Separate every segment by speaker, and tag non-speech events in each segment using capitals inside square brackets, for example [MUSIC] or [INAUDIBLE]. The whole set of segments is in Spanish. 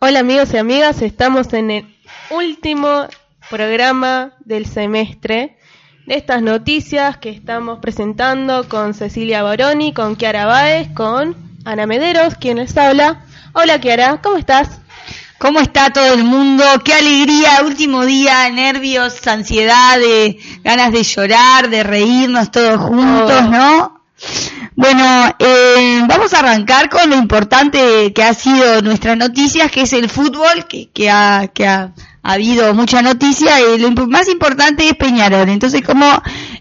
Speaker 1: Hola amigos y amigas, estamos en el último programa del semestre de estas noticias que estamos presentando con Cecilia Baroni, con Kiara Báez, con Ana Mederos, quien les habla. Hola Kiara, ¿cómo estás?
Speaker 2: ¿Cómo está todo el mundo? ¡Qué alegría! Último día, nervios, ansiedad, de ganas de llorar, de reírnos todos juntos, ¿no? Bueno, eh, vamos a arrancar con lo importante que ha sido nuestras noticias, que es el fútbol, que, que, ha, que ha, ha habido mucha noticia, y lo más importante es Peñarol. Entonces, como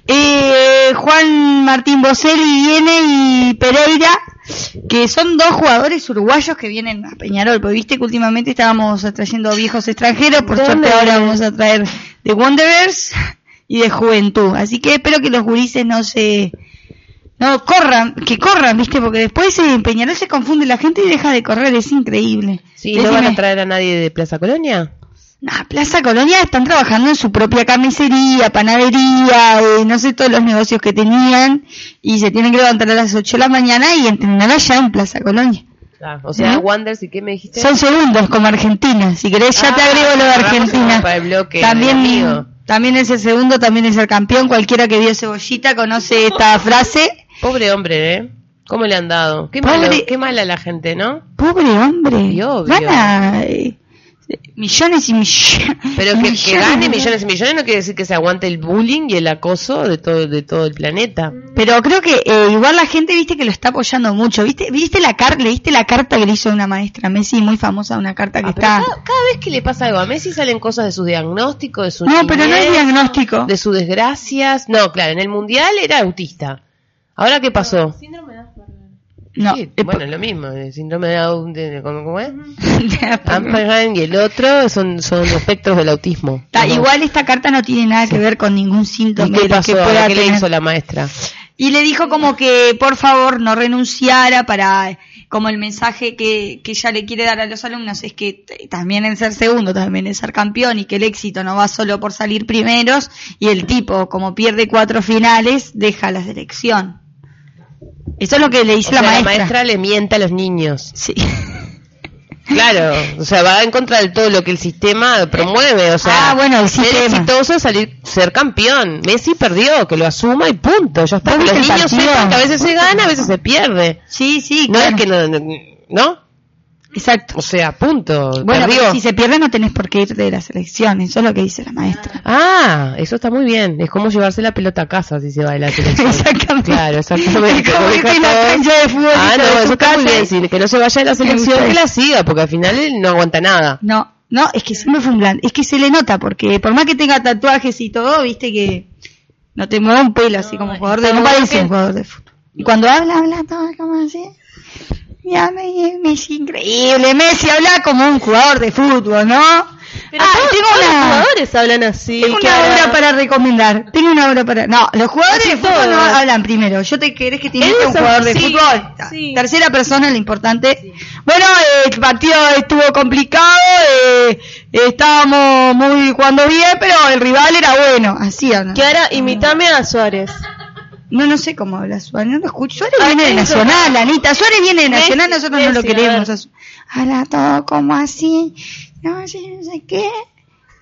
Speaker 2: eh, Juan Martín Boselli viene y Pereira, que son dos jugadores uruguayos que vienen a Peñarol, porque viste que últimamente estábamos atrayendo viejos extranjeros, por suerte ahora vamos a traer de Wanderers y de Juventud, así que espero que los gurises no se no corran, que corran, viste, porque después en Peñarol se confunde la gente y deja de correr, es increíble.
Speaker 3: Sí, ¿no van a traer a nadie de Plaza Colonia?
Speaker 2: No, Plaza Colonia están trabajando en su propia carnicería, panadería, eh, no sé, todos los negocios que tenían y se tienen que levantar a las 8 de la mañana y entrenar allá en Plaza Colonia.
Speaker 3: Ah, o sea, ¿no? Wonders, ¿y qué me dijiste?
Speaker 2: Son segundos como Argentina, si querés ya ah, te agrego lo de Argentina.
Speaker 3: Para el bloque,
Speaker 2: también, amigo. también es el segundo, también es el campeón, cualquiera que vio Cebollita conoce esta frase.
Speaker 3: Pobre hombre, ¿eh? ¿Cómo le han dado? Qué, malo, qué mala la gente, ¿no?
Speaker 2: Pobre hombre. Y obvio. Van a, eh, millones y millones.
Speaker 3: Pero que, millones, que, gane millones y millones no quiere decir que se aguante el bullying y el acoso de todo de todo el planeta.
Speaker 2: Pero creo que eh, igual la gente viste que lo está apoyando mucho. ¿Viste viste la carta, leíste la carta que le hizo una maestra Messi muy famosa, una carta que ah, está
Speaker 3: cada, cada, vez que le pasa algo a Messi salen cosas de su diagnóstico, de su
Speaker 2: No, niñez, pero no es diagnóstico.
Speaker 3: De sus desgracias. No, claro, en el mundial era autista. Ahora qué pasó?
Speaker 1: Síndrome de
Speaker 3: no,
Speaker 2: eh, [LAUGHS]
Speaker 3: sí, bueno, es lo mismo, el síndrome de Down, ¿cómo, cómo es? Amperman y el otro son, son espectros del autismo.
Speaker 2: Ta, Ah, igual esta carta no tiene nada que ver con ningún síntoma
Speaker 3: qué pasó? que pueda ¿Qué le hizo la maestra?
Speaker 2: Y le dijo como que por favor no renunciara para, como el mensaje que, que ella le quiere dar a los alumnos es que también en ser segundo, también en ser campeón y que el éxito no va solo por salir primeros y el tipo como pierde cuatro finales deja la selección. Eso es lo que le dice o la sea, maestra.
Speaker 3: La maestra le mienta a los niños.
Speaker 2: Sí.
Speaker 3: Claro, o sea, va en contra de todo lo que el sistema promueve, o sea,
Speaker 2: ah, bueno, el
Speaker 3: ser
Speaker 2: sistema.
Speaker 3: exitoso salir ser campeón. Messi perdió, que lo asuma y punto. Ya está. Los niños sepan que a veces se gana, a veces se pierde.
Speaker 2: Sí, sí,
Speaker 3: No claro. es que no, no, no,
Speaker 2: Exacto.
Speaker 3: O sea, punto.
Speaker 2: Bueno, pero si se pierde no tenés por qué ir de la selección, eso es lo que dice la maestra.
Speaker 3: Ah, eso está muy bien. Es como llevarse la pelota a casa si se va de la selección.
Speaker 2: [LAUGHS] exactamente.
Speaker 3: Ah, Claro, exactamente.
Speaker 2: Es [LAUGHS] como que en la cancha de fútbol.
Speaker 3: Ah, no, eso está muy bien. Si, que no se vaya
Speaker 2: [LAUGHS]
Speaker 3: de la selección, que la siga, porque al final él no aguanta nada.
Speaker 2: No, no, es que siempre fue un plan. Es que se le nota, porque por más que tenga tatuajes y todo, viste que no te mueve un pelo así como jugador de... No parece un jugador de fútbol. Y cuando habla, habla todo como así... Ya, eh, Messi increíble. Messi habla como un jugador de fútbol, ¿no?
Speaker 1: Pero ah, tengo una... los jugadores hablan así.
Speaker 2: Tengo una ahora... obra para recomendar. Tengo una obra para. No, los jugadores así de fútbol todo. no hablan primero. Yo te querés que te invite un jugador de sí, fútbol. Sí. Tercera persona, lo importante. Sí. Bueno, eh, el partido estuvo complicado. Eh, estábamos muy jugando bien, pero el rival era bueno. Así
Speaker 1: hablan. Que ahora imitame a Suárez.
Speaker 2: No, no sé cómo habla Suárez, no lo escucho. Suárez ah, viene de Nacional, eso. Anita. Suárez viene de Nacional, nosotros Messi, no lo queremos. Habla todo como así. No, yo no sé qué.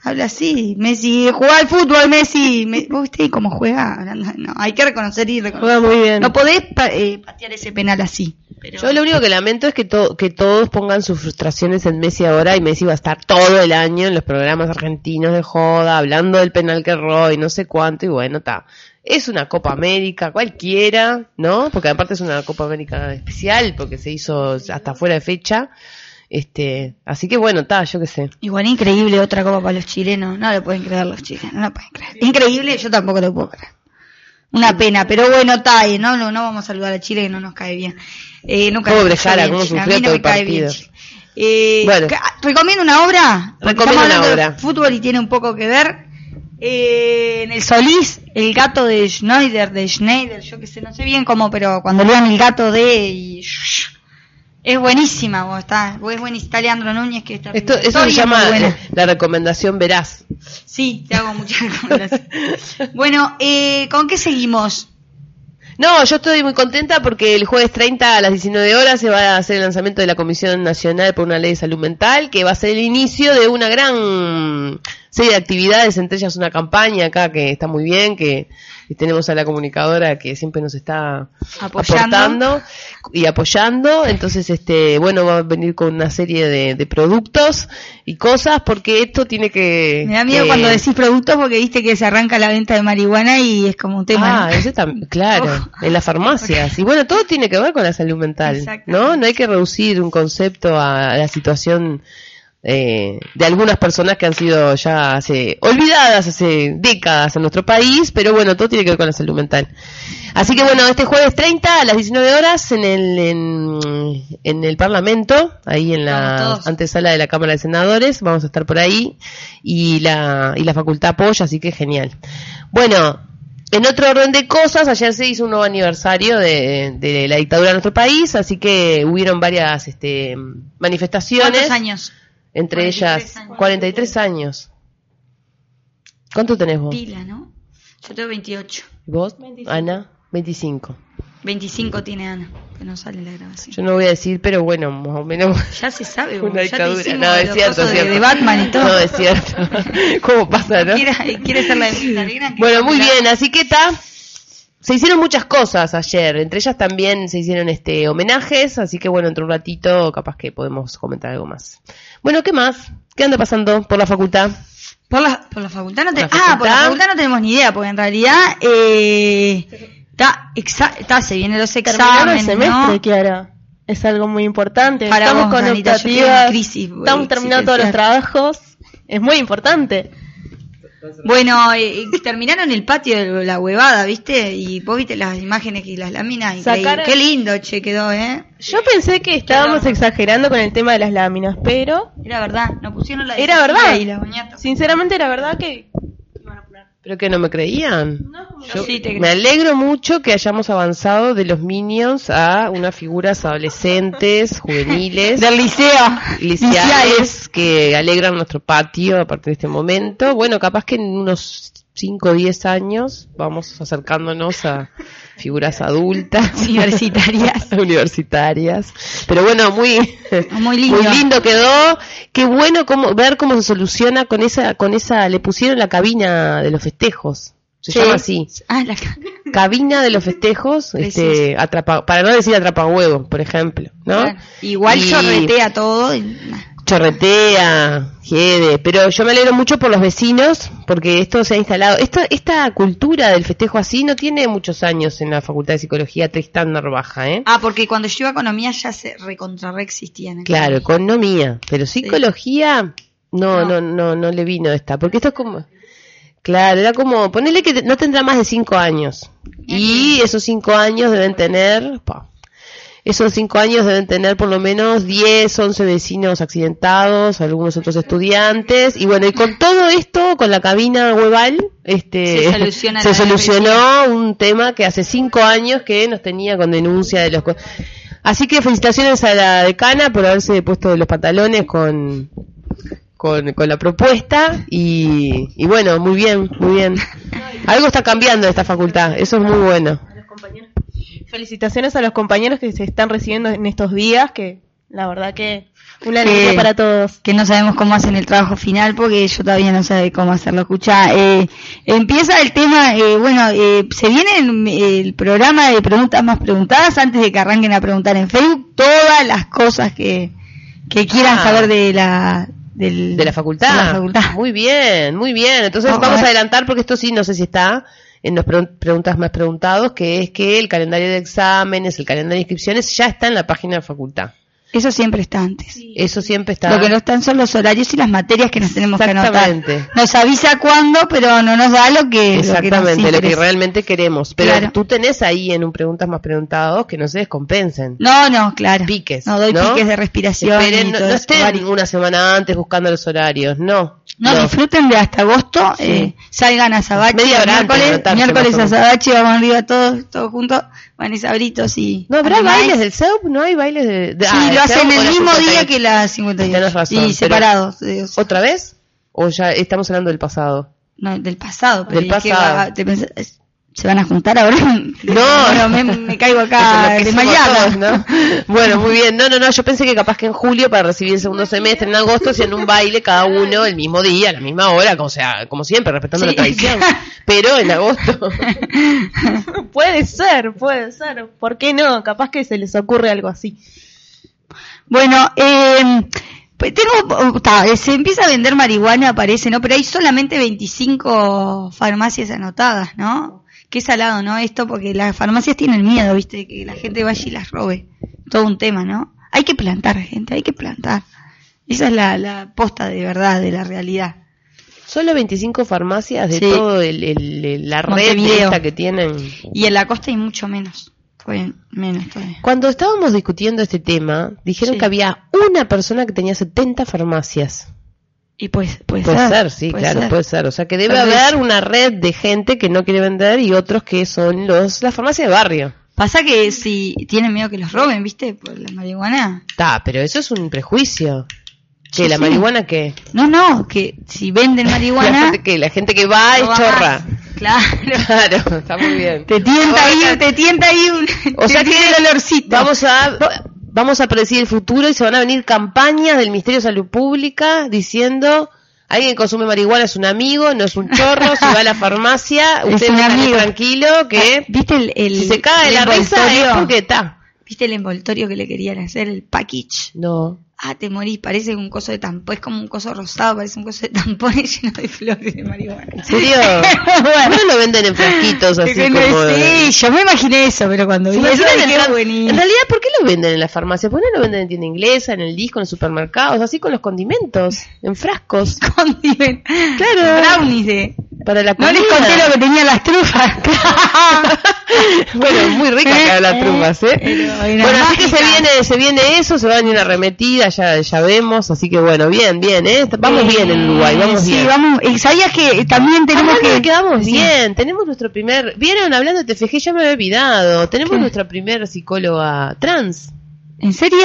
Speaker 2: Habla así. Messi, juega al fútbol, Messi. Me, ¿Viste cómo juega? No, hay que reconocer y reconocer.
Speaker 3: Juega muy bien.
Speaker 2: No podés pa eh, patear ese penal así.
Speaker 3: Pero... Yo lo único que lamento es que, to que todos pongan sus frustraciones en Messi ahora y Messi va a estar todo el año en los programas argentinos de joda, hablando del penal que erró y no sé cuánto y bueno, está es una Copa América cualquiera, ¿no? Porque aparte es una Copa América especial porque se hizo hasta fuera de fecha. Este, así que bueno, está, yo qué sé.
Speaker 2: Igual increíble otra copa para los chilenos, no lo pueden creer los chilenos, no lo pueden creer. Increíble, yo tampoco lo puedo creer. Una pena, pero bueno, está, ¿no? no no vamos a saludar a Chile que no nos cae bien. Eh, nunca
Speaker 3: Pobre Jara, cómo sufrió todo el partido.
Speaker 2: Eh,
Speaker 3: Bueno.
Speaker 2: ca- Recomiendo una obra. porque
Speaker 3: Recomiendo
Speaker 2: estamos
Speaker 3: una
Speaker 2: hablando de
Speaker 3: obra.
Speaker 2: fútbol y tiene un poco que ver. Eh, en el Solís, el gato de Schneider, de Schneider, yo que sé, no sé bien cómo, pero cuando lean el gato de... y- es buenísima, vos está, es buenísima, está Leandro Núñez que está...
Speaker 3: Esto, eso
Speaker 2: Historia
Speaker 3: se
Speaker 2: es
Speaker 3: llama
Speaker 2: muy buena.
Speaker 3: eh, la recomendación veraz.
Speaker 2: Sí, te hago
Speaker 3: [LAUGHS]
Speaker 2: muchas recomendaciones. bueno, eh, ¿con qué seguimos?
Speaker 3: No, yo estoy muy contenta porque el jueves 30 a las 19 horas se va a hacer el lanzamiento de la Comisión Nacional por una Ley de Salud Mental, que va a ser el inicio de una gran serie de actividades, entre ellas una campaña acá que está muy bien, que tenemos a la comunicadora que siempre nos está
Speaker 2: Apoyando.
Speaker 3: aportando y apoyando. Entonces, este, bueno, va a venir con una serie de, de productos y cosas, porque esto tiene que...
Speaker 2: Me da miedo
Speaker 3: que-
Speaker 2: cuando decís productos porque viste que se arranca la venta de marihuana y es como un tema.
Speaker 3: Ah,
Speaker 2: ¿no? [LAUGHS]
Speaker 3: eso también, claro,
Speaker 2: Ojo.
Speaker 3: en las farmacias. Y bueno, todo tiene que ver con la salud mental, ¿no?
Speaker 2: Exactamente.
Speaker 3: No hay que reducir un concepto a la situación eh, de algunas personas que han sido ya hace, olvidadas hace décadas en nuestro país, pero bueno, todo tiene que ver con la salud mental. Así que bueno, este jueves 30 a las 19 horas en el, en, en el Parlamento, ahí en
Speaker 2: Vamos
Speaker 3: la
Speaker 2: todos.
Speaker 3: antesala de la Cámara de Senadores, vamos a estar por ahí y la, y la facultad apoya, así que genial. Bueno, en otro orden de cosas, ayer se hizo un nuevo aniversario de, de la dictadura de nuestro país, así que hubieron varias este, manifestaciones,
Speaker 2: ¿Cuántos años?
Speaker 3: entre
Speaker 2: 43
Speaker 3: ellas
Speaker 2: años.
Speaker 3: 43 años. ¿Cuánto tenés vos?
Speaker 2: Pila, ¿no? Yo tengo 28.
Speaker 3: ¿Vos,
Speaker 1: 25.
Speaker 3: Ana? 25.
Speaker 2: 25 tiene Ana, que no sale la grabación.
Speaker 3: Yo no voy a decir, pero bueno, más o menos. [LAUGHS]
Speaker 2: Ya se sabe,
Speaker 3: Una
Speaker 2: ya te
Speaker 3: dictadura.
Speaker 2: hicimos
Speaker 3: No, es
Speaker 2: los
Speaker 3: cierto,
Speaker 2: cosos
Speaker 3: es
Speaker 2: de-
Speaker 3: cierto.
Speaker 2: De Batman y todo.
Speaker 3: No, es
Speaker 2: [LAUGHS]
Speaker 3: cierto. ¿Cómo pasa, no?
Speaker 2: Quiere, quiere ser la de Magdalena, que-
Speaker 3: Bueno, muy bien, así que está. Se hicieron muchas cosas ayer, entre ellas también se hicieron este homenajes, así que bueno, entre un ratito capaz que podemos comentar algo más. Bueno, ¿qué más? ¿Qué anda pasando por la facultad?
Speaker 2: Por la, por la facultad no te-
Speaker 3: Por la facultad.
Speaker 2: Ah, por la facultad no tenemos ni idea, porque en realidad eh, está, exa- está, se vienen los
Speaker 1: Terminando el
Speaker 2: exámenes,
Speaker 1: semestre,
Speaker 2: ¿no?
Speaker 1: Kiara. Es algo muy importante.
Speaker 2: Para
Speaker 1: estamos
Speaker 2: vos,
Speaker 1: con
Speaker 2: Anita, yo tengo
Speaker 1: optativas.
Speaker 2: una crisis, güey,
Speaker 1: estamos terminando todos los trabajos. Es muy importante.
Speaker 2: Bueno, eh, eh, terminaron el patio de la huevada, ¿viste? Y vos viste las imágenes y las láminas. y
Speaker 1: Sacaron-
Speaker 2: Qué lindo, che, quedó, ¿eh?
Speaker 1: Yo pensé que estábamos exagerando con el tema de las láminas, pero
Speaker 2: Era verdad, nos pusieron la de
Speaker 1: era
Speaker 2: Cecilia
Speaker 1: verdad.
Speaker 2: Y la boñata.
Speaker 1: Sinceramente era verdad que
Speaker 3: Pero que no me creían.
Speaker 2: Yo sí te
Speaker 3: Me
Speaker 2: creo.
Speaker 3: alegro mucho que hayamos avanzado de los minions a unas figuras
Speaker 2: [LAUGHS]
Speaker 3: adolescentes, juveniles.
Speaker 2: Del liceo.
Speaker 3: liceales que alegran nuestro patio a partir de este momento. Bueno, capaz que en unos 5 o 10 años vamos acercándonos a figuras adultas.
Speaker 2: [LAUGHS] Universitarias.
Speaker 3: [LAUGHS] universitarias. Pero bueno, muy, [LAUGHS]
Speaker 2: Muy lindo.
Speaker 3: muy lindo quedó. Qué bueno cómo, ver cómo se soluciona con esa, con esa, le pusieron la cabina de los festejos. Se
Speaker 2: Sí.
Speaker 3: llama así.
Speaker 2: Ah, la
Speaker 3: Cabina de los festejos, este,
Speaker 2: Precioso.
Speaker 3: atrapa, para no decir atrapahuevos, por ejemplo, ¿no?
Speaker 2: Claro. Igual
Speaker 3: Y-
Speaker 2: chorretea todo. y- nah.
Speaker 3: chorretea, jede, pero yo me alegro mucho por los vecinos porque esto se ha instalado. Esto, esta cultura del festejo así no tiene muchos años en la Facultad de Psicología Tristán Narvaja, ¿eh?
Speaker 2: Ah, porque cuando yo iba a economía ya se recontra ¿eh? existían.
Speaker 3: Claro, economía, pero psicología no, no, no, no le vino esta, porque esto es como, claro, era como, ponele que te- no tendrá más de cinco años y esos cinco años deben tener, pa, esos cinco años deben tener por lo menos 10, 11 vecinos accidentados, algunos otros estudiantes y bueno, y con todo esto, con la cabina hueval, este,
Speaker 2: Se soluciona
Speaker 3: [LAUGHS] se
Speaker 2: la
Speaker 3: solucionó un tema que hace cinco años que nos tenía con denuncia de los co- Así que felicitaciones a la decana por haberse puesto los pantalones con, con, con la propuesta y, y bueno, muy bien, muy bien. Algo está cambiando en esta facultad, eso es muy bueno.
Speaker 1: felicitaciones a los compañeros que se están recibiendo en estos días, que la verdad que una
Speaker 2: Sí.
Speaker 1: alegría para todos. [LAUGHS]
Speaker 2: que no sabemos cómo hacen el trabajo final porque yo todavía no sé cómo hacerlo. Escucha, empieza el tema, eh, bueno, eh, se viene el, el programa de preguntas más preguntadas antes de que arranquen a preguntar en Facebook todas las cosas que, que quieran
Speaker 3: Ah.
Speaker 2: saber de la, del-
Speaker 3: De la facultad.
Speaker 2: de la facultad. eh.
Speaker 3: Muy bien, muy bien. Entonces
Speaker 2: Vamos a
Speaker 3: vamos a
Speaker 2: ver.
Speaker 3: adelantar porque esto sí, no sé si está en las pregun- preguntas más preguntados, que es que el calendario de exámenes, el calendario de inscripciones ya está en la página de la facultad.
Speaker 2: Eso siempre está antes.
Speaker 3: Eso siempre está.
Speaker 2: Lo que no están son los horarios y las materias que nos tenemos que anotar.
Speaker 3: Exactamente.
Speaker 2: Nos avisa cuándo, pero no nos da lo que, lo que nos
Speaker 3: Exactamente, lo que
Speaker 2: interesa.
Speaker 3: realmente queremos. Pero
Speaker 2: Claro.
Speaker 3: tú tenés ahí en un Preguntas Más Preguntados que no se descompensen.
Speaker 2: No, no, claro.
Speaker 3: Piques,
Speaker 2: No doy
Speaker 3: ¿no?
Speaker 2: piques de respiración.
Speaker 3: Esperen,
Speaker 2: y
Speaker 3: no,
Speaker 2: todo
Speaker 3: no
Speaker 2: eso,
Speaker 3: estén
Speaker 2: varios.
Speaker 3: una semana antes buscando los horarios, no.
Speaker 2: No, disfruten de hasta agosto. eh, salgan a Sabache.
Speaker 3: Media hora antes de
Speaker 2: miércoles,
Speaker 3: anotarse,
Speaker 2: miércoles
Speaker 3: más o
Speaker 2: a
Speaker 3: menos.
Speaker 2: Sabache, vamos arriba todos, todos juntos. Van y sabritos y.
Speaker 3: No habrá
Speaker 2: animales.
Speaker 3: bailes del SEUP, no hay bailes de. de-
Speaker 2: Sí,
Speaker 3: ah,
Speaker 2: lo
Speaker 3: SEUP
Speaker 2: hacen
Speaker 3: o
Speaker 2: el
Speaker 3: la
Speaker 2: mismo
Speaker 3: 58.
Speaker 2: día que la 58.
Speaker 3: Tenés razón, pero-
Speaker 2: y separados. eh, o sea,
Speaker 3: ¿Otra vez? ¿O ya estamos hablando del pasado?
Speaker 2: no, del pasado.
Speaker 3: Del
Speaker 2: pero ¿y qué
Speaker 3: pasado.
Speaker 2: va? ¿Te pensás- es- ¿Se van a juntar ahora? [LAUGHS] Bueno, me, me caigo acá
Speaker 3: Eso [LAUGHS] es lo que
Speaker 2: desmayada.
Speaker 3: somos todos,
Speaker 2: [LAUGHS]
Speaker 3: ¿no? Bueno, muy bien. No, no, no. Yo pensé que capaz que en julio, para recibir el segundo semestre, en agosto, hacían un baile cada uno el mismo día, a la misma hora, como, sea, como siempre, respetando
Speaker 2: Sí.
Speaker 3: la
Speaker 2: [LAUGHS]
Speaker 3: tradición. Pero en agosto. [LAUGHS]
Speaker 1: Puede ser, puede ser. ¿Por qué no? Capaz que se les ocurre algo así.
Speaker 2: Bueno, eh, pues tengo, ta, eh, se empieza a vender marihuana, parece, ¿no? Pero hay solamente 25 farmacias anotadas, ¿no? Qué salado, ¿no? Esto porque las farmacias tienen miedo, ¿viste? Que la gente vaya y las robe. Todo un tema, ¿no? Hay que plantar, gente, hay que plantar. Esa es la, la posta de verdad, de la realidad.
Speaker 3: Solo 25 farmacias de
Speaker 2: Sí.
Speaker 3: todo el, el- el- la red
Speaker 2: Montevideo.
Speaker 3: esta que tienen.
Speaker 2: Y en la costa hay mucho menos. Fue menos todavía.
Speaker 3: Cuando estábamos discutiendo este tema, dijeron
Speaker 2: Sí.
Speaker 3: que había una persona que tenía 70 farmacias.
Speaker 2: Y pues, puede,
Speaker 3: Puede
Speaker 2: ser,
Speaker 3: ser, sí,
Speaker 2: puede
Speaker 3: claro,
Speaker 2: ser.
Speaker 3: puede ser. O sea, que debe
Speaker 2: Tal vez.
Speaker 3: haber una red de gente que no quiere vender y otros que son los las farmacias de barrio.
Speaker 2: Pasa que si tienen miedo que los roben, ¿viste? Por la marihuana.
Speaker 3: Ta, pero eso es un prejuicio. Que
Speaker 2: Sí,
Speaker 3: la
Speaker 2: sí.
Speaker 3: marihuana que
Speaker 2: No, no, que si venden
Speaker 3: la [LAUGHS]
Speaker 2: marihuana.
Speaker 3: gente que la gente que va
Speaker 2: no va
Speaker 3: es chorra.
Speaker 2: más. Claro.
Speaker 3: [LAUGHS] Claro, está muy bien.
Speaker 2: Te tienta ahí,
Speaker 3: Ahora-
Speaker 2: te tienta ahí
Speaker 3: [LAUGHS]
Speaker 2: un.
Speaker 3: O sea
Speaker 2: te
Speaker 3: que
Speaker 2: tiene el olorcito.
Speaker 3: vamos a vamos a predecir el futuro y se van a venir campañas del Ministerio de Salud Pública diciendo alguien que consume marihuana es un amigo, no es un chorro,
Speaker 2: [LAUGHS]
Speaker 3: si va a la farmacia,
Speaker 2: Es
Speaker 3: usted
Speaker 2: un
Speaker 3: déjale
Speaker 2: amigo.
Speaker 3: tranquilo que
Speaker 2: Ah, ¿Viste el, el-
Speaker 3: si se cae de
Speaker 2: el
Speaker 3: la risa es
Speaker 2: envoltorio?
Speaker 3: porque está.
Speaker 2: ¿Viste el envoltorio que le querían hacer? El package. [LAUGHS]
Speaker 3: No.
Speaker 2: Ah, te morís, parece un coso de tampón. Es como un coso rosado, parece un coso de tampones [LAUGHS] lleno de flores de marihuana.
Speaker 3: ¿En serio?
Speaker 2: [LAUGHS] Bueno.
Speaker 3: No lo venden en frasquitos así
Speaker 2: Que no
Speaker 3: como
Speaker 2: es- Sí, yo me imaginé eso, pero cuando
Speaker 3: ¿Se
Speaker 2: vi eso
Speaker 3: imaginan
Speaker 2: dije,
Speaker 3: en, fran-
Speaker 2: buenísimo.
Speaker 3: en realidad, ¿por qué lo venden en la farmacia? ¿Por qué no lo venden en tienda inglesa, en el disco, en los supermercados, así con los condimentos, en frascos?
Speaker 2: [LAUGHS] Condiment-
Speaker 3: Claro.
Speaker 2: Brownies de.
Speaker 3: Para la
Speaker 2: No les
Speaker 3: comida.
Speaker 2: conté lo que tenía las trufas.
Speaker 3: [LAUGHS] bueno, [LAUGHS] muy rica
Speaker 2: Eh,
Speaker 3: que las trufas, ¿eh?
Speaker 2: pero era
Speaker 3: Bueno, así que se
Speaker 2: mágica.
Speaker 3: viene, se viene eso, se va a venir una arremetida, ya, ya vemos, así que bueno, bien, bien, ¿eh? Est- Vamos bien en Uruguay, vamos
Speaker 2: sí,
Speaker 3: bien. Ah,
Speaker 2: vamos. eh, ¿Sabías que también tenemos
Speaker 3: Hablando de
Speaker 2: que.
Speaker 3: que vamos
Speaker 2: Sí.
Speaker 3: bien, tenemos nuestro primer, vieron hablando de TFG, ya me había olvidado, tenemos nuestra primera psicóloga trans.
Speaker 2: ¿En serio?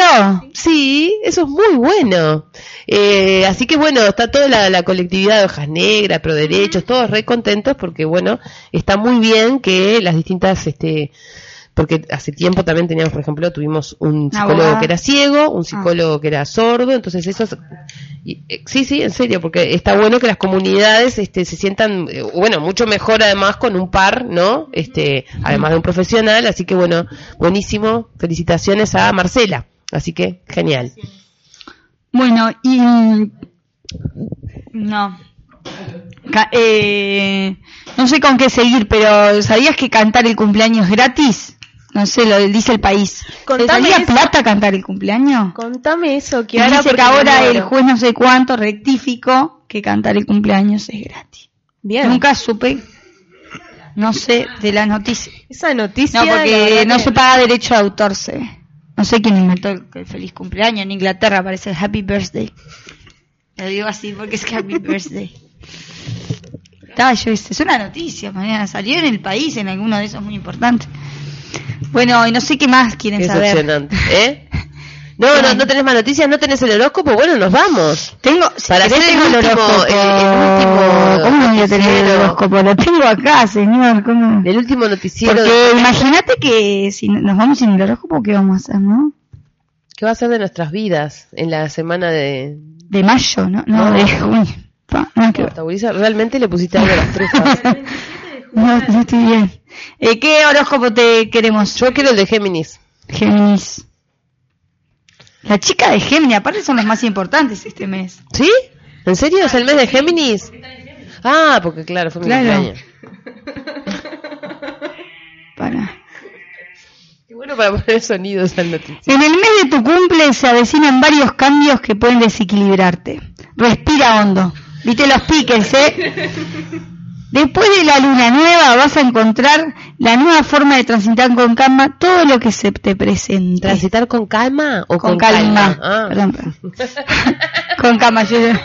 Speaker 3: Sí, eso es muy bueno. Eh, así que bueno, está toda la, la colectividad de Hojas Negras, Pro Derechos, todos re contentos porque bueno, está muy bien que las distintas, este, porque hace tiempo también teníamos, por ejemplo, tuvimos un
Speaker 2: Una
Speaker 3: psicólogo
Speaker 2: abogada.
Speaker 3: que era ciego,
Speaker 2: Ah.
Speaker 3: un psicólogo que era sordo, entonces eso es- y, eh, sí, sí, en serio, porque está bueno que las comunidades este, se sientan, eh, bueno, mucho mejor además con un par, ¿no? Este, además de un profesional, así que bueno, buenísimo, felicitaciones a Marcela, así que genial.
Speaker 2: Bueno, y. mm, No. Ca- eh, no sé con qué seguir, pero ¿sabías que cantar el cumpleaños es gratis? No sé, lo dice el país. ¿Te
Speaker 1: Contame
Speaker 2: salía
Speaker 1: eso.
Speaker 2: plata cantar el cumpleaños?
Speaker 1: Contame eso, que
Speaker 2: Que
Speaker 1: ahora.
Speaker 2: dice que
Speaker 1: porque
Speaker 2: ahora
Speaker 1: me
Speaker 2: el
Speaker 1: muero.
Speaker 2: juez no sé cuánto rectificó que cantar el cumpleaños es gratis.
Speaker 1: Bien.
Speaker 2: Nunca supe, no sé, de la noticia.
Speaker 1: Esa noticia.
Speaker 2: No,
Speaker 1: la
Speaker 2: porque
Speaker 1: verdad
Speaker 2: no
Speaker 1: que-
Speaker 2: se paga derecho de autor, se ve. No sé quién inventó el, el feliz cumpleaños. En Inglaterra aparece el Happy Birthday. Lo digo así porque es Happy Birthday. Está, yo es, es una noticia, mañana salió en el país, en alguno de esos muy importantes. Bueno, y no sé qué más quieren
Speaker 3: Es
Speaker 2: saber.
Speaker 3: opcionante,
Speaker 2: [LAUGHS]
Speaker 3: ¿eh? No, no, no tenés más noticias, no tenés el horóscopo, bueno, nos vamos.
Speaker 2: Tengo, si
Speaker 3: Para
Speaker 2: querés,
Speaker 3: hacer el
Speaker 2: tengo
Speaker 3: último- el- el último
Speaker 2: ¿Cómo no voy a tener el
Speaker 3: noticiero?
Speaker 2: horóscopo? Lo tengo acá, señor. ¿cómo?
Speaker 3: El último noticiero.
Speaker 2: Porque
Speaker 3: de-
Speaker 2: imagínate que si no- nos vamos sin el horóscopo, ¿qué vamos a hacer, no?
Speaker 3: ¿Qué va a ser de nuestras vidas en la semana de...
Speaker 2: De mayo, ¿no? No,
Speaker 3: No.
Speaker 2: de junio. Pa, no, que-
Speaker 3: Esta gurisa, Realmente le pusiste algo a las trufas.
Speaker 2: [LAUGHS] no, no estoy bien. Eh, ¿Qué horóscopo te queremos?
Speaker 3: Yo quiero el de Géminis.
Speaker 2: Géminis. La chica de Géminis, aparte son los más importantes este mes.
Speaker 3: ¿Sí? ¿En serio? ¿Es el mes de Géminis? Ah, porque claro, fue mi
Speaker 2: Claro.
Speaker 3: cumpleaños.
Speaker 2: Para.
Speaker 3: Bueno, para poner sonidos al noticiero.
Speaker 2: En el mes de tu cumple se avecinan varios cambios que pueden desequilibrarte. Respira hondo. Viste los piques, ¿eh?
Speaker 3: [LAUGHS]
Speaker 2: Después de la luna nueva vas a encontrar la nueva forma de transitar con calma todo lo que se te presente.
Speaker 3: ¿Transitar con calma o con,
Speaker 2: con calma.
Speaker 3: Ah.
Speaker 2: Perdón, perdón. [LAUGHS] con calma, yo- yo-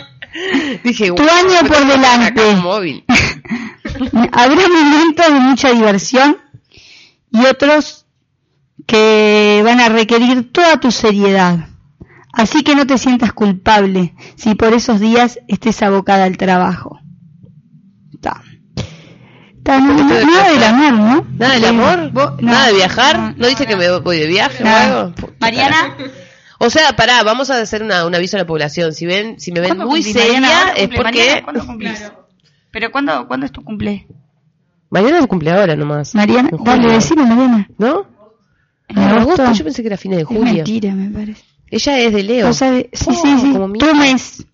Speaker 3: Dije,
Speaker 2: Tu
Speaker 3: "Guau,
Speaker 2: año por delante.
Speaker 3: acá un móvil.
Speaker 2: Habrá momentos de mucha diversión y otros que van a requerir toda tu seriedad. Así que no te sientas culpable si por esos días estés abocada al trabajo. Ta. Ta, no, no, nada del amor, ¿no?
Speaker 3: Nada del
Speaker 2: Sí.
Speaker 3: amor,
Speaker 2: Vos- no.
Speaker 3: nada de viajar.
Speaker 2: No,
Speaker 3: No, dice que me voy de viaje
Speaker 2: Nada.
Speaker 3: o algo. Puta,
Speaker 2: Mariana,
Speaker 3: O sea, pará, vamos a hacer una- un aviso a la población. Si ven, si me ven
Speaker 2: ¿cuándo
Speaker 3: muy
Speaker 2: cumplís?
Speaker 3: seria,
Speaker 2: Mariana, ¿cuándo
Speaker 3: es
Speaker 2: cumplís?
Speaker 3: porque
Speaker 2: Mariana, ¿cuándo cumplís? Pero ¿cuándo, ¿cuándo es tu cumple?
Speaker 3: mañana es cumple ahora nomás.
Speaker 2: Mariana,
Speaker 3: En julio.
Speaker 2: dale, decime Mariana.
Speaker 3: ¿No?
Speaker 2: En
Speaker 3: Ah, agosto.
Speaker 2: agosto.
Speaker 3: Yo pensé que era fines de
Speaker 2: Es
Speaker 3: julio.
Speaker 2: mentira, me parece.
Speaker 3: Ella es de Leo.
Speaker 2: Cosa de- sí,
Speaker 3: Oh,
Speaker 2: sí, sí.
Speaker 3: como mi
Speaker 2: Tu
Speaker 3: hija.
Speaker 2: mes.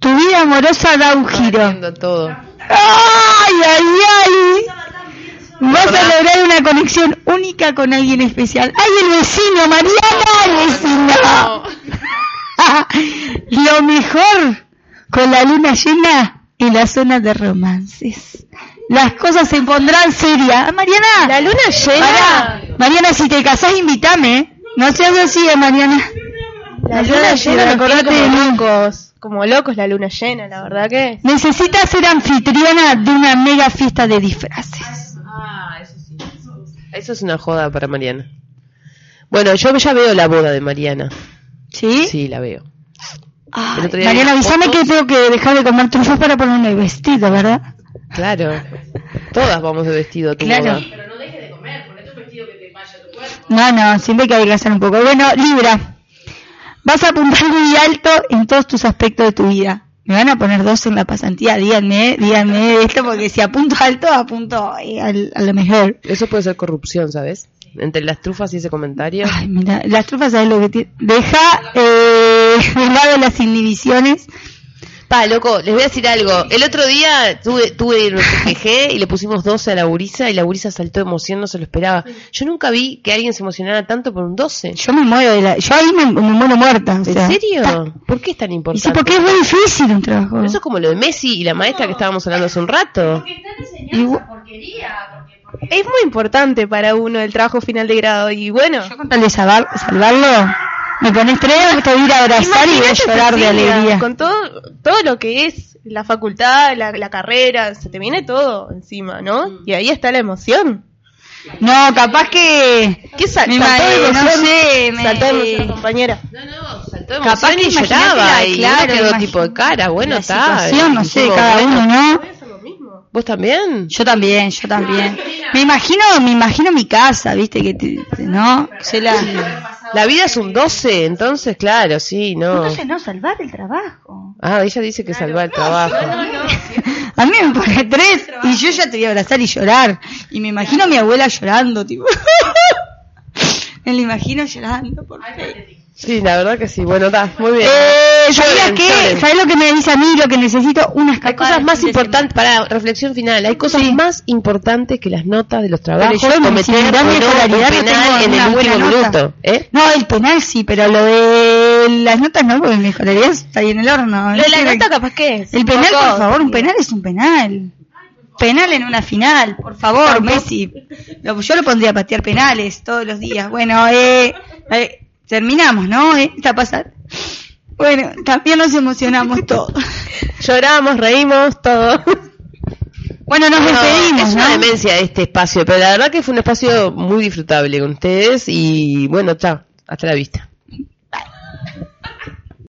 Speaker 2: Tu vida amorosa da un
Speaker 3: Estaba
Speaker 2: giro.
Speaker 3: viendo todo.
Speaker 2: ¡Ay, ay, ay! Vas a lograr una conexión única con alguien especial. ¡Ay, el vecino, Mariana, el vecino! [LAUGHS] Lo mejor con la luna llena en la zona de romances. Las cosas se pondrán serias. Ah, Mariana!
Speaker 1: La luna llena.
Speaker 2: Pará. Mariana, si te casás, invítame. ¿eh? No seas así, eh, Mariana.
Speaker 1: La luna llena, me acordate de locos. Como locos la luna llena, la verdad que.
Speaker 2: Necesitas ser anfitriona de una mega fiesta de disfraces.
Speaker 3: Eso es una joda para Mariana. Bueno, yo ya veo la boda de Mariana.
Speaker 2: ¿Sí?
Speaker 3: Sí, la veo.
Speaker 2: Ay,
Speaker 3: El otro día
Speaker 2: Mariana,
Speaker 3: vi las
Speaker 2: avísame
Speaker 3: fotos.
Speaker 2: que tengo que dejar de comer trufas para ponerme el vestido, ¿verdad?
Speaker 3: Claro. Todas vamos de vestido a tu
Speaker 2: Claro.
Speaker 3: boda.
Speaker 2: No, no, siempre hay que adelgazar un poco. Bueno, Libra, vas a apuntar muy alto en todos tus aspectos de tu vida. Me van a poner dos en la pasantía, díganme, díganme esto, porque si apunto alto, apunto eh, al- a lo mejor.
Speaker 3: Eso puede ser corrupción, ¿sabes? Entre las trufas y ese comentario.
Speaker 2: Ay, mira, las trufas, ¿sabes lo que tiene? Deja eh, [LAUGHS] de lado las inhibiciones.
Speaker 3: Pa, loco, les voy a decir algo. El otro día tuve, tuve un PGG y le pusimos 12 a la gurisa y la gurisa saltó de emoción, no se lo esperaba. Yo nunca vi que alguien se emocionara tanto por un 12.
Speaker 2: Yo me muero de la... Yo ahí me, me muero muerta. o
Speaker 3: ¿En
Speaker 2: sea.
Speaker 3: serio? ¿Por qué es tan
Speaker 2: Y
Speaker 3: importante?
Speaker 2: sí, porque es muy difícil un trabajo.
Speaker 3: Pero Eso es como lo de Messi y la maestra que estábamos hablando hace un rato.
Speaker 2: Y bu-
Speaker 1: Es muy importante para uno el trabajo final de grado. Y bueno,
Speaker 2: Yo con tal de salvar- salvarlo, me pones tres, te voy a ir a abrazar y voy a
Speaker 1: imagínate,
Speaker 2: llorar de
Speaker 1: Cecilia,
Speaker 2: alegría.
Speaker 1: Con todo, todo lo que es la facultad, la, la carrera, se te viene todo encima, ¿no? Y ahí está la emoción.
Speaker 2: No, capaz que...
Speaker 1: ¿Qué sal-
Speaker 2: Me
Speaker 1: saltó de
Speaker 2: mareé, no
Speaker 1: emoción?
Speaker 2: sé, me- eh,
Speaker 1: Saltó de emoción, compañera.
Speaker 3: Saltó de
Speaker 2: Capaz
Speaker 3: emoción
Speaker 2: que
Speaker 3: y
Speaker 2: imagínate
Speaker 3: lloraba
Speaker 2: la-
Speaker 3: y
Speaker 2: claro,
Speaker 3: uno quedó
Speaker 2: imagínate
Speaker 3: tipo de cara. Bueno,
Speaker 2: la
Speaker 3: está.
Speaker 2: situación, no sé,
Speaker 3: dijimos,
Speaker 2: cada
Speaker 3: bueno,
Speaker 2: uno, ¿no?
Speaker 3: ¿Vos también?
Speaker 2: Yo también, yo también. Me imagino, me imagino mi casa, viste, que te- te- ¿no? Se la...
Speaker 3: La vida es un 12, entonces, claro, sí, no.
Speaker 2: no, salvar el trabajo.
Speaker 3: Ah, ella dice que salva el trabajo.
Speaker 2: A mí me pone tres y yo ya te voy a abrazar y llorar. Y me imagino a mi abuela llorando, tipo... [LAUGHS] me la imagino llorando, por favor.
Speaker 3: Sí, la verdad que sí. Bueno, está, muy bien.
Speaker 2: Eh, ¿Sabías
Speaker 3: Lloren,
Speaker 2: qué?
Speaker 3: lloren.
Speaker 2: ¿Sabés lo que me dice a mí? Lo que necesito, unas
Speaker 3: Hay cosas más importantes, para reflexión final, hay cosas más importantes que las notas de los trabajos.
Speaker 2: yo en mi
Speaker 3: cometer
Speaker 2: similar de
Speaker 3: o no un
Speaker 2: escolaridad no tengo
Speaker 3: penal en
Speaker 2: una
Speaker 3: el último
Speaker 2: buena nota.
Speaker 3: minuto. ¿eh?
Speaker 2: No, el penal sí, pero lo de las notas no, porque mi escolaridad está ahí en el horno.
Speaker 1: Lo de
Speaker 2: ¿viste?
Speaker 1: la nota capaz que es.
Speaker 2: El
Speaker 1: un
Speaker 2: penal,
Speaker 1: poco-
Speaker 2: por favor, un penal es un penal. Penal en una final, por favor, Messi. Lo- Yo lo pondría a patear penales todos los días. Bueno, eh, eh, terminamos, ¿no? Eh, está pasando. Bueno, también nos emocionamos todos.
Speaker 1: Lloramos, reímos, todo.
Speaker 2: Bueno, nos
Speaker 3: No,
Speaker 2: despedimos,
Speaker 3: es una
Speaker 2: ¿no?
Speaker 3: demencia este espacio, pero la verdad que fue un espacio muy disfrutable con ustedes y bueno, chao, hasta la vista.